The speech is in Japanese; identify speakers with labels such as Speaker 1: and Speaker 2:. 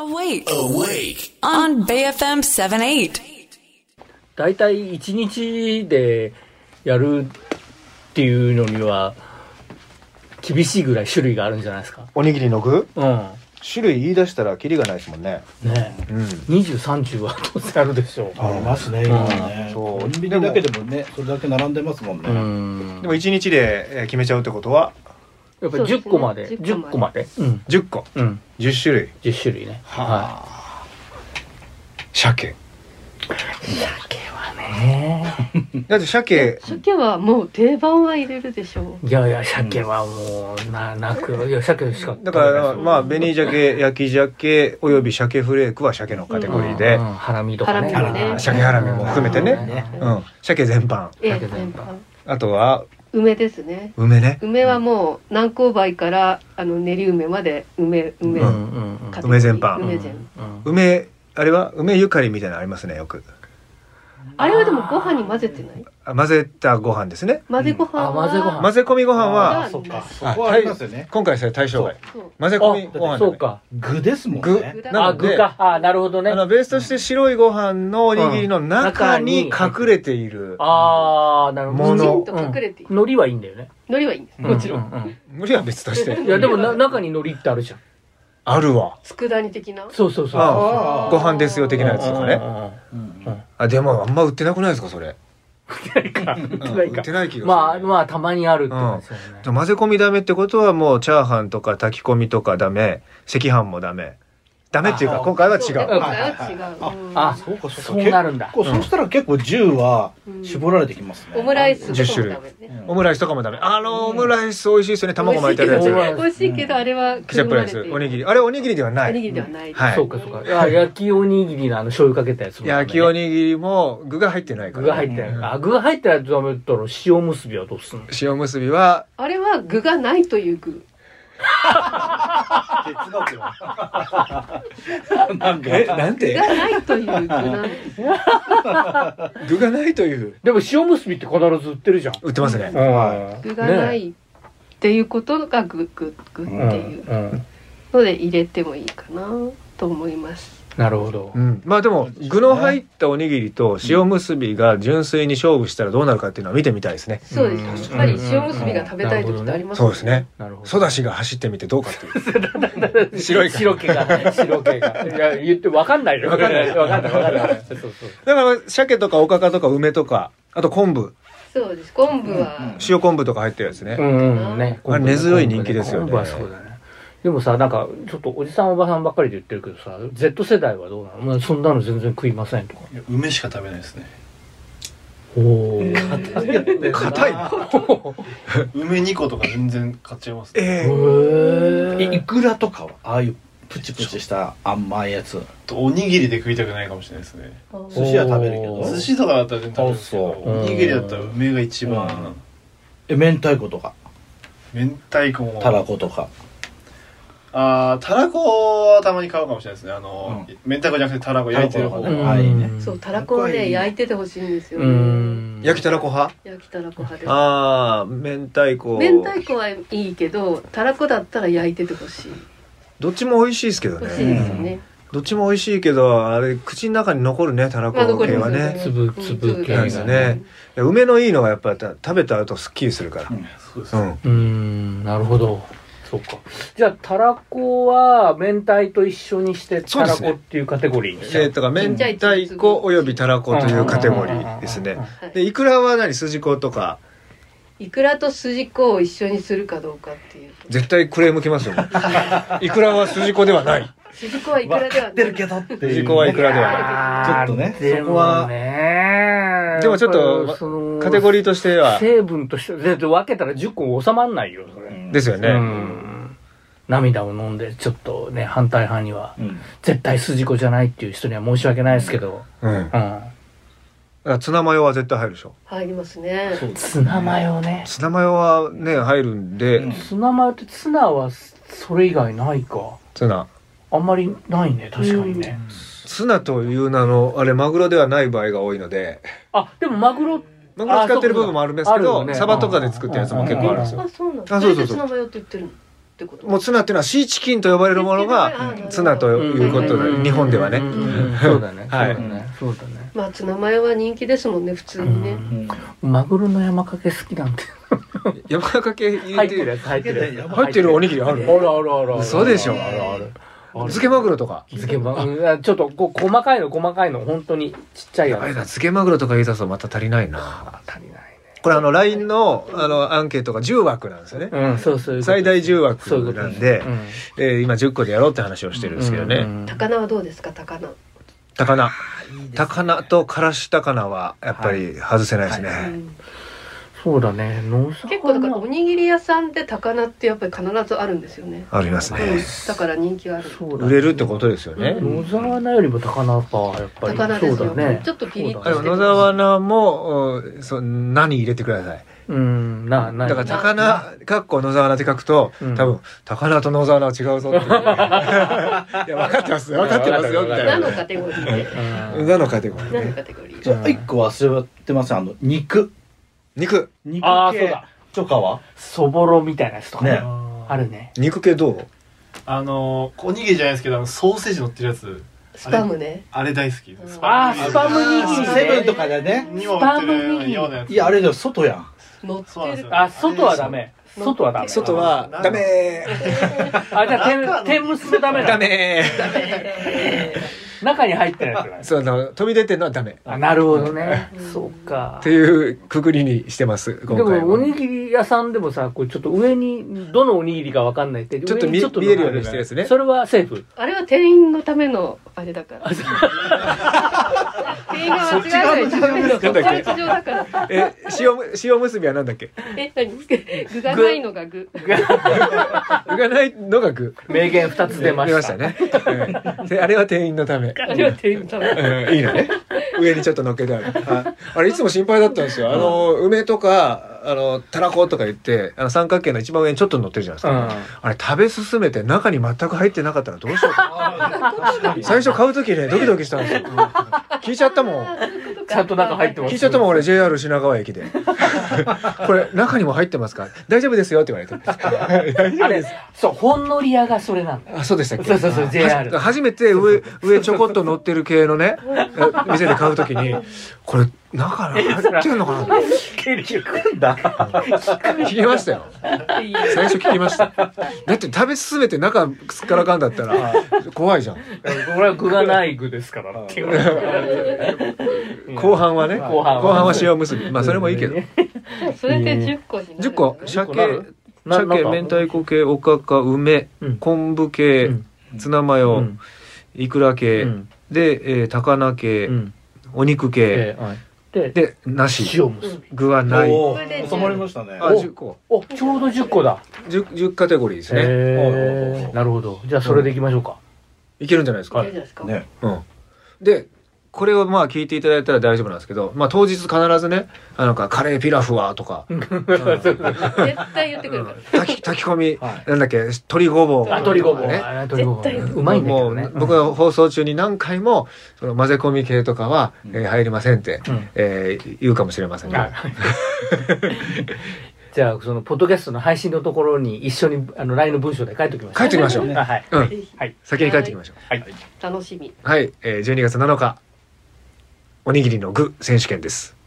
Speaker 1: Awake. On BFM 78.
Speaker 2: 大体1日でやるっていうのには厳しいぐらい種類があるんじゃないですか
Speaker 3: おにぎりの具
Speaker 2: うん
Speaker 3: 種類言い出したらキリがないですもんね。
Speaker 2: ねえ、2030は当然あるでしょ
Speaker 4: ありますね、今ね。
Speaker 3: そう
Speaker 4: コンビニだけでもね、それだけ並んでますもんね。
Speaker 2: ううん
Speaker 3: でも1日でえー決めちゃうってことは、
Speaker 2: やっぱ
Speaker 5: そ
Speaker 2: り
Speaker 5: うで
Speaker 2: 10
Speaker 5: すね
Speaker 2: 個まで10
Speaker 5: 10
Speaker 2: 個
Speaker 5: 個
Speaker 2: ま
Speaker 5: ま
Speaker 2: でうん、
Speaker 3: 10個、
Speaker 2: うん、
Speaker 3: 10種類。
Speaker 2: 10種類ねは
Speaker 3: 鮭。鮭はね。だって鮭、
Speaker 5: 鮭はもう定番は入れるでしょ
Speaker 2: いいやいや鮭はもうななくいや鮭しか
Speaker 3: だから、まあ、紅鮭、焼き鮭、および鮭フレークは鮭のカテゴリーで、
Speaker 2: うんうんハラミとかね
Speaker 5: ハラミも
Speaker 3: あ
Speaker 5: ね
Speaker 3: 鮭ハラミも含めて
Speaker 2: うん
Speaker 3: ね。うん。鮭全般。
Speaker 5: う。ええ
Speaker 2: 鮭全般
Speaker 3: あとは、
Speaker 5: 梅ですね。
Speaker 3: 梅ね。
Speaker 5: 梅はもう南高梅からあの練り梅まで梅梅、
Speaker 2: う
Speaker 3: うん
Speaker 2: うんうん
Speaker 5: カテゴリー
Speaker 3: 梅全般
Speaker 5: 梅全般。
Speaker 2: うん
Speaker 3: 梅、あれは梅ゆかりみたいなのありますね、よく。
Speaker 5: あれはでもご飯に混ぜてない。
Speaker 3: あ混ぜたご飯ですね。
Speaker 5: 混ぜご飯は。
Speaker 2: あ混ぜご飯
Speaker 3: 混ぜ込みご飯
Speaker 4: あー
Speaker 3: は、
Speaker 4: そっか。そ
Speaker 3: あ
Speaker 4: こはありますよね。
Speaker 3: 今回それ対象外。
Speaker 5: そう
Speaker 3: 混ぜ込みご飯
Speaker 2: あ
Speaker 3: だね
Speaker 2: そうか
Speaker 4: 具ですもん
Speaker 3: 具
Speaker 4: ね。
Speaker 5: な
Speaker 2: あ
Speaker 3: なの
Speaker 2: 具
Speaker 3: で
Speaker 2: かあなるほどね
Speaker 3: あのベースとして白いご飯のおにぎりの中に
Speaker 2: うん中に
Speaker 3: 隠れている
Speaker 2: ああなるほど
Speaker 3: も
Speaker 5: きち
Speaker 3: の
Speaker 5: んと隠れている。
Speaker 2: 海苔はいいんだよね
Speaker 5: 海苔はいいんです。
Speaker 2: も
Speaker 5: も
Speaker 2: ち
Speaker 5: ち
Speaker 2: ろ
Speaker 5: ろん。
Speaker 2: ん、
Speaker 3: 無理は別として
Speaker 2: いやでもな中に海苔ってあるじゃん
Speaker 3: あるわ
Speaker 5: 佃煮的な。
Speaker 2: そうそうそう
Speaker 3: ああご飯ですよ的
Speaker 2: 的
Speaker 3: なやつとかね
Speaker 4: うん
Speaker 3: あでもあんま売ってなくないですかそれ
Speaker 2: っ
Speaker 3: 売
Speaker 2: てないか
Speaker 3: 売ってない気が
Speaker 2: ますあ
Speaker 3: る
Speaker 2: まあたまにあるってことですよね、
Speaker 3: 混ぜ込みダメってことはもうチャーハンとか炊き込みとかダメ赤飯もダメダメっていう
Speaker 4: あ
Speaker 3: か
Speaker 4: ー
Speaker 3: 今回は違
Speaker 5: 今
Speaker 3: う
Speaker 2: う
Speaker 5: 回は違ううん。
Speaker 2: あ
Speaker 4: そうか、そうか。
Speaker 2: そうなるんだ
Speaker 4: 結構そうしたら結構10は絞られてきますね。
Speaker 5: オムライスと
Speaker 3: 10
Speaker 5: か
Speaker 3: 種類
Speaker 5: もダメね。
Speaker 3: オムライスとかもダメあのオムライス美味しいですよね卵巻いてる
Speaker 2: やつ
Speaker 5: 美味しい
Speaker 3: や
Speaker 5: けど美味しいけどあれは
Speaker 3: つケチャップライス
Speaker 5: くる
Speaker 3: お
Speaker 5: まれ
Speaker 3: にぎ
Speaker 5: ている
Speaker 3: りあれおにぎりではな
Speaker 5: おにぎ
Speaker 3: い
Speaker 5: りではない。
Speaker 3: はい
Speaker 2: そうかそうかあ焼きおにぎりのあの醤油かけたやつもダメね、
Speaker 3: 焼きおにぎりも具が入ってないか
Speaker 2: 具
Speaker 3: ら
Speaker 2: が入ってないあ具が入ってないやつダメだったら塩むすびはどうすんの
Speaker 3: 塩結びは
Speaker 5: あれは具がないという具。
Speaker 4: 哲学だなんか、
Speaker 3: えなん
Speaker 5: 具
Speaker 3: て
Speaker 5: がないという具なんです。
Speaker 3: 具がないという
Speaker 2: でも塩むすびって必ず売ってるじゃん
Speaker 3: 売ってますね
Speaker 2: うん
Speaker 5: 具がな
Speaker 2: ね
Speaker 5: いっていうことが具具具って
Speaker 2: う
Speaker 5: いうん
Speaker 2: うん
Speaker 5: ので入れてもいいかなと思います。
Speaker 2: なるほど
Speaker 3: うん、まあでも具の入ったおにぎりと塩結びが純粋に勝負したらどうなるかっていうのは見てみたいですね。
Speaker 5: そうで
Speaker 2: うん
Speaker 5: す。やっぱり塩結びが食べたい時ってあります
Speaker 3: そうですね。
Speaker 2: なるほど
Speaker 3: ソダシが走ってみてどうかっていう。 白いから
Speaker 2: 白毛が白毛がいや言ってわかんないよ
Speaker 3: わかんない
Speaker 2: わかんないわかんないそうそう
Speaker 3: だから鮭とかおかかとか梅とか、あと昆布、
Speaker 5: そうです。昆布
Speaker 4: うんうん
Speaker 5: は
Speaker 3: 塩昆布とか入ってるやつね。
Speaker 2: うんうんね。
Speaker 3: あれ根強い人気ですよね
Speaker 2: 昆布はそうだね。でもさ、なんか、ちょっとおじさんおばさんばっかりで言ってるけどさ、Z 世代はどうなのまあそんなの全然食いませんとか。
Speaker 4: 梅しか食べないですね。
Speaker 2: おお。
Speaker 3: 硬いな。
Speaker 4: 梅2個とか全然買っちゃいます、
Speaker 3: ええ
Speaker 4: えい
Speaker 2: へ
Speaker 4: くらとかはああいうプチプチした甘いやつ
Speaker 6: おにぎりで食いたくないかもしれないですね
Speaker 4: 寿司は食べるけ
Speaker 2: おー
Speaker 4: ど
Speaker 6: 寿司とかだったら全然食べるんですけど
Speaker 3: あそう
Speaker 6: おにぎりだったら梅が一番
Speaker 4: え明太子とか
Speaker 6: 明太子も
Speaker 4: たらことか
Speaker 6: あーたらこはたまに買うかもしれないですねあの、明太子じゃなくてたらこ焼いてる方
Speaker 4: た
Speaker 6: が、
Speaker 4: らこ
Speaker 2: ー
Speaker 4: あいいね
Speaker 5: そうたらこをね焼いててほしいんですよ
Speaker 2: う。ん。
Speaker 3: 焼きたらこ派
Speaker 5: 焼きたらこ派です。
Speaker 3: ああ、明太子。
Speaker 5: 明太子はいいけどたらこだったら焼いててほしい。
Speaker 3: どっちも美味しいですけど
Speaker 5: 欲しいで
Speaker 3: ね。
Speaker 5: すよね。
Speaker 3: どっちも美味しいけど、あれ、口の中に残るね、たらこ
Speaker 5: まあ残り
Speaker 3: 系
Speaker 5: ま
Speaker 3: は
Speaker 5: すよ
Speaker 3: ね
Speaker 5: ね。。
Speaker 2: 粒粒系が
Speaker 3: なんですね。いや梅のいいのがやっぱた食べた後すっきりするか
Speaker 6: そうです
Speaker 3: ら。
Speaker 6: ね、
Speaker 3: うん。
Speaker 2: うん、なるほど。そうか。じゃあ、たらこは明太と一緒にして、
Speaker 3: そ
Speaker 2: た
Speaker 3: うで
Speaker 2: ら
Speaker 3: すね
Speaker 2: こっていうカテゴリーにしちゃう
Speaker 3: えー、とか
Speaker 5: ち
Speaker 3: 明
Speaker 5: っちゃい
Speaker 3: 太子およびたらこというカテゴリーですね。でいくらは何筋子とか
Speaker 5: いくらと筋子を一緒にするかどうかっていう。
Speaker 3: 絶対クレームきますよ。いくらは筋子ではない。
Speaker 5: 筋子はいくらでは
Speaker 4: 出
Speaker 5: な
Speaker 4: る
Speaker 5: い。
Speaker 4: けどっていう
Speaker 3: 筋子はいくらではない。
Speaker 2: あー
Speaker 4: ちょっとね
Speaker 2: でも
Speaker 4: そこは
Speaker 2: ね
Speaker 3: でもちょっと
Speaker 2: やぱその
Speaker 3: カテゴリーとしては
Speaker 2: 成分として、でで分けたら10個収まんないよ、それ。
Speaker 4: うん
Speaker 3: ですよね。
Speaker 2: うん涙を飲んで、ちょっとね、反対派には、
Speaker 4: うん
Speaker 2: 絶対筋子じゃないっていう人には申し訳ないですけど、
Speaker 3: うん。だか
Speaker 2: うん。
Speaker 3: らツナマヨは絶対入るでしょ。
Speaker 5: 入りますね。
Speaker 4: そうです
Speaker 2: ツナマヨね。
Speaker 3: ツナマヨはね入るんで、
Speaker 4: うん
Speaker 2: ツナマヨってツナはそれ以外ないか。
Speaker 3: ツナ
Speaker 2: あんまりないね、確かにね。
Speaker 3: ツナという名のあれマグロではない場合が多いので、
Speaker 2: あ、でもマグロ、
Speaker 3: マグロ使ってる部分もあるんです
Speaker 2: あそう
Speaker 3: け
Speaker 2: かあるよ
Speaker 3: ど、
Speaker 2: ね
Speaker 3: サバとかで作ったやつも結構あるんですよ。
Speaker 5: あ、そうなん
Speaker 3: あ
Speaker 5: だ。
Speaker 3: そう
Speaker 5: 大
Speaker 3: そう
Speaker 5: 体
Speaker 3: そう
Speaker 5: ツナマヨって言ってるの。ってこと
Speaker 3: もうツナっていうのはシーチキンと呼ばれるものがツナということ
Speaker 5: うん
Speaker 3: で日本ではね
Speaker 2: うんそうだね
Speaker 3: はい
Speaker 2: そうだねそうだね
Speaker 5: まあツナマヨは人気ですもんね普通にね
Speaker 4: うん
Speaker 2: マグロの山かけ好きなんて
Speaker 3: 山かけ入
Speaker 2: 入
Speaker 3: っ
Speaker 2: ってて
Speaker 3: る
Speaker 2: るやつ入ってるやつ
Speaker 3: 入ってるおにぎりあ
Speaker 2: あ
Speaker 3: る
Speaker 2: るあるあるある
Speaker 3: 嘘でしょ
Speaker 2: あるある
Speaker 3: 漬けマグロとか
Speaker 2: 漬けまうんちょっとこう細かいの細かいの本当にちっちゃいや
Speaker 3: あれだ
Speaker 2: つ
Speaker 3: 漬けマグロとか言い出すとまた足りないな
Speaker 2: あ足りないね
Speaker 3: これあの LINE のあのアンケートが10枠なんですよね
Speaker 2: うんそうそういうこと
Speaker 3: 最大10
Speaker 2: そういうこ
Speaker 3: 枠
Speaker 2: と
Speaker 3: なんで
Speaker 2: うん
Speaker 3: えー今10個でやろうって話をしてるんですけど
Speaker 2: う
Speaker 3: ね
Speaker 2: ん
Speaker 5: 高菜はどうですか高菜
Speaker 3: 高菜高菜とからし高菜はやっぱり外せないですね
Speaker 2: そうだね農産
Speaker 5: 結構だからおにぎり屋さんで高菜ってやっぱり必ずあるんですよね
Speaker 3: あります
Speaker 5: うん
Speaker 3: ね
Speaker 5: だから人気がある
Speaker 2: そうだね
Speaker 3: 売れるってことですよね
Speaker 5: うん
Speaker 2: 野沢菜よりも高菜かやっぱり
Speaker 5: 高菜です
Speaker 2: そう
Speaker 5: よ、
Speaker 2: だね
Speaker 5: ちょっとピリッと
Speaker 3: あで
Speaker 5: し
Speaker 3: も
Speaker 5: て
Speaker 3: 野沢菜もうんそう何入れてください
Speaker 2: うんなな
Speaker 3: だから
Speaker 5: た
Speaker 3: 高菜かっこ野沢菜って書くと
Speaker 2: うん
Speaker 3: 多分高菜と野沢菜は違うぞっていうい や分かってます分かってますよみたい
Speaker 5: 何
Speaker 3: な
Speaker 5: のカテゴリーで
Speaker 2: うん
Speaker 3: 菜のカテゴリー
Speaker 5: 何の
Speaker 3: ね
Speaker 5: カテゴリー
Speaker 4: じゃあ一個忘れてませんあの肉
Speaker 3: 肉
Speaker 4: 肉
Speaker 2: あーそう
Speaker 4: 系
Speaker 2: だ
Speaker 4: とかは
Speaker 2: そぼろみたいなやつとか
Speaker 4: ね
Speaker 2: あるね
Speaker 3: 肉系どう
Speaker 6: あのおにぎりじゃないですけどあのソーセージ乗ってるやつ
Speaker 5: スパムね
Speaker 6: あれ大好きです
Speaker 2: あースパム握りね
Speaker 4: セブンとかでね
Speaker 6: にも売ってるようなやつ
Speaker 4: いやあれでも外やん
Speaker 5: 乗っ
Speaker 6: そうなん
Speaker 5: て
Speaker 6: で
Speaker 5: る
Speaker 6: すよ
Speaker 2: あ外はダメ
Speaker 5: そう
Speaker 2: 外はダメ
Speaker 3: 外はダメ
Speaker 2: あじゃあ天天むすもダメ
Speaker 3: ー
Speaker 2: だ
Speaker 3: ダメー
Speaker 2: 中に入ってないやつ だね
Speaker 3: そうあの飛び出てるのはダメ
Speaker 2: あなるほどね
Speaker 5: うん
Speaker 2: そうか
Speaker 3: っていうくくりにしてます今
Speaker 2: で
Speaker 3: 回
Speaker 2: もおに
Speaker 3: は
Speaker 2: ぎり屋さんでもさこうちょっと上にどのおにぎりかわかんないって
Speaker 3: ちょっと見
Speaker 2: 上に
Speaker 3: 見えるようにしてるやつね
Speaker 2: それはセーフ
Speaker 5: あれは店員のためのあれだから店員が間違えないためのカルチ上だから
Speaker 3: え塩む塩結びはなんだっ け
Speaker 5: え何具がないのが
Speaker 3: う
Speaker 5: 具
Speaker 3: がないのが具
Speaker 2: 名言二つ出ました
Speaker 3: ね、うん であれは店員のため
Speaker 5: あれは店員のため
Speaker 3: うんいいのね。上にちょっと乗っけてある。ああれ、いつも心配だったんですよ。あの、梅とか、あの、たらことか言って、あの、三角形の一番上にちょっと乗ってるじゃないです
Speaker 2: う
Speaker 3: か。
Speaker 2: ん
Speaker 3: あれ、食べ進めて中に全く入ってなかったらどうしようか。最初買う時ね、ドキドキしたんですよ。聞いちゃったもん。
Speaker 2: ちゃんと中入ってます
Speaker 3: 聞いちゃったもん、俺、JR 品川駅 で。これ、中にも入ってますか大丈夫ですよって言われて。大丈
Speaker 2: あ
Speaker 3: 夫で
Speaker 2: れ
Speaker 3: す。
Speaker 2: そうほんのり屋がそれなんだよ
Speaker 3: あ、そうでしたっけ
Speaker 2: そうそうそう JR
Speaker 3: は初めて上、上ちょこっと乗ってる系 のね、え店で買うときに、これ、中に入ってんのかな
Speaker 4: なんだ
Speaker 3: 聞きましたよ。最初聞きました。だって食べ進めて中すっからかんだったら、怖いじゃん。
Speaker 2: これは具がない具ですからって言われて
Speaker 3: 後半はね、
Speaker 2: 後半は
Speaker 3: 塩結び。まあ、それもいいけど。
Speaker 5: それで10個になる
Speaker 3: 10個、
Speaker 2: 10個
Speaker 3: 鮭
Speaker 2: なる、ななん
Speaker 3: 鮭、
Speaker 2: か
Speaker 3: 明太子系、おかか、梅
Speaker 2: うん、
Speaker 3: 昆布系
Speaker 2: うん、
Speaker 3: ツナマ
Speaker 2: う
Speaker 3: ヨ、
Speaker 2: ん
Speaker 3: いくら
Speaker 2: う
Speaker 3: 系、
Speaker 2: ん
Speaker 3: で、えー高菜系
Speaker 2: う、ん
Speaker 3: お肉系、
Speaker 2: ではいで
Speaker 3: で、なし。
Speaker 2: 塩結び
Speaker 3: 具はない。
Speaker 4: お
Speaker 5: これ
Speaker 4: ー
Speaker 5: で十
Speaker 4: 収まりましたね
Speaker 3: あ、10個。
Speaker 2: おちょうど10個だ
Speaker 3: 10, 10カテゴリーですね。
Speaker 2: へーなるほどじゃあそれでいきましょうか
Speaker 3: いけるんじゃないですか。
Speaker 5: いいじゃないですか
Speaker 4: ね
Speaker 3: うん。で、これをまあ聞いていただいたら大丈夫なんですけど、まあ当日必ずね、あなんかカレーピラフはとか、
Speaker 5: 絶対言ってくるから
Speaker 3: 炊 き炊き込み、
Speaker 4: はい
Speaker 3: なんだっけ、鶏ごぼうとか
Speaker 2: あ
Speaker 3: ね。
Speaker 2: 鶏ごぼうあ鶏ごぼう
Speaker 5: 絶対
Speaker 2: うまいんだけ
Speaker 3: も
Speaker 2: ど
Speaker 3: う、
Speaker 2: ね
Speaker 3: 僕は放送中に何回も、その混ぜ込み系とかは、えー入りませんって、
Speaker 2: うん
Speaker 3: えー言うかもしれませんが、
Speaker 2: じゃあそのポッドキャストの配信のところに一緒にあの LINE の文章で書いておきましょ
Speaker 3: 帰
Speaker 2: う
Speaker 3: ってきましょう。
Speaker 2: あはい
Speaker 3: うん
Speaker 5: ぜひ
Speaker 2: はい
Speaker 3: 先に帰ってきましょう。
Speaker 5: 楽しみ
Speaker 3: はい、えー12月7日、おにぎりの具選手権です。